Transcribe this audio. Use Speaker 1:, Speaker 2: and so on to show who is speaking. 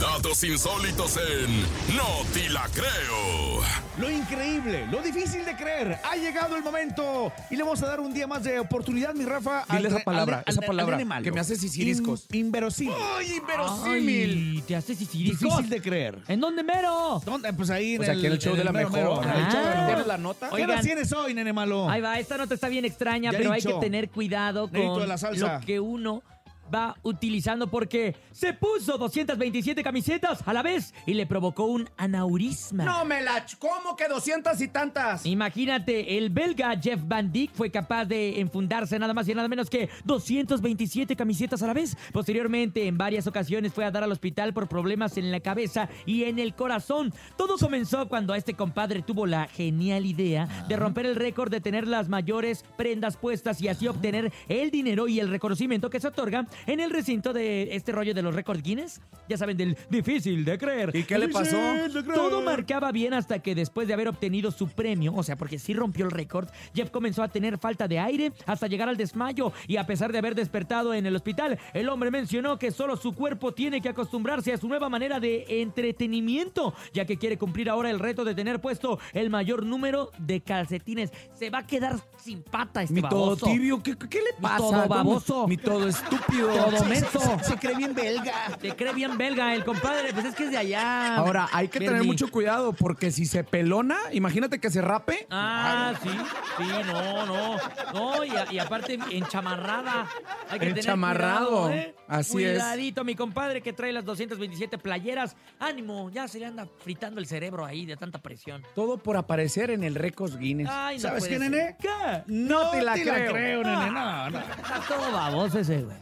Speaker 1: Datos insólitos en No Te La Creo.
Speaker 2: Lo increíble, lo difícil de creer. Ha llegado el momento y le vamos a dar un día más de oportunidad, mi Rafa.
Speaker 3: Dile esa
Speaker 2: Adre-
Speaker 3: palabra,
Speaker 2: Adre-
Speaker 3: esa
Speaker 2: Adre-
Speaker 3: palabra
Speaker 2: Adrián Malo.
Speaker 3: que me hace sisiriscos.
Speaker 2: In- inverosímil.
Speaker 3: ¡Ay,
Speaker 4: Ay, te haces
Speaker 2: Difícil
Speaker 4: sisiriscos.
Speaker 2: de creer.
Speaker 4: ¿En dónde mero?
Speaker 2: ¿Dónde? Pues ahí en,
Speaker 3: O sea, aquí en el show de la
Speaker 2: mero,
Speaker 3: mejor.
Speaker 2: mero,
Speaker 3: en
Speaker 2: en el
Speaker 3: el show de la
Speaker 4: Ah.
Speaker 3: mejor. ¿Tienes la nota?
Speaker 2: ¿Qué
Speaker 4: Oigan.
Speaker 2: nos tienes hoy, nene malo?
Speaker 4: Ahí va, esta nota está bien extraña,
Speaker 2: Ya
Speaker 4: pero hay
Speaker 2: dicho.
Speaker 4: que tener cuidado
Speaker 2: Negrito de
Speaker 4: con
Speaker 2: la salsa.
Speaker 4: lo que uno va utilizando porque se puso 227 camisetas a la vez y le provocó un aneurisma.
Speaker 3: No me la... ch- ¿Cómo que doscientas y tantas?
Speaker 4: Imagínate, el belga Jeff Van Dyck fue capaz de enfundarse nada más y nada menos que 227 camisetas a la vez. Posteriormente, en varias ocasiones fue a dar al hospital por problemas en la cabeza y en el corazón. Todo comenzó cuando este compadre tuvo la genial idea
Speaker 3: Ah.
Speaker 4: de romper el récord de tener las mayores prendas puestas y
Speaker 3: Ah.
Speaker 4: así obtener el dinero y el reconocimiento que se otorga en el recinto de este rollo de los récord Guinness. Ya saben, del difícil de creer.
Speaker 3: ¿Y qué le pasó?
Speaker 4: Todo marcaba bien hasta que después de haber obtenido su premio, o sea, porque sí rompió el récord, Jeff comenzó a tener falta de aire hasta llegar al desmayo y a pesar de haber despertado en el hospital, el hombre mencionó que solo su cuerpo tiene que acostumbrarse a su nueva manera de entretenimiento, ya que quiere cumplir ahora el reto de tener puesto el mayor número de calcetines. Se va a quedar sin pata este
Speaker 3: Mi todo
Speaker 4: baboso.
Speaker 3: tibio, ¿qué, qué le pasa?
Speaker 4: todo
Speaker 3: ¿Cómo?
Speaker 4: baboso.
Speaker 3: Mi todo estúpido.
Speaker 4: Todo menso.
Speaker 2: Se cree bien belga.
Speaker 4: Se cree bien belga el compadre, pues es que es de allá.
Speaker 3: Ahora, hay que tener
Speaker 4: Bernie.
Speaker 3: mucho cuidado porque si se pelona, imagínate que se rape.
Speaker 4: Ah, sí, sí, no, no. No, y, a- y aparte enchamarrada. Hay que tener
Speaker 3: Enchamarrado,
Speaker 4: cuidado, ¿eh?
Speaker 3: así es.
Speaker 4: Cuidadito, mi compadre que trae las 227 playeras. Ánimo, ya se le anda fritando el cerebro ahí de tanta presión.
Speaker 3: Todo por aparecer en el récord Guinness.
Speaker 4: Ay, no
Speaker 2: ¿Sabes qué,
Speaker 4: puede ser.
Speaker 2: nene?
Speaker 4: ¿Qué?
Speaker 3: No te la creo. Ah.
Speaker 2: nene. No, no.
Speaker 4: Está todo baboso ese, güey.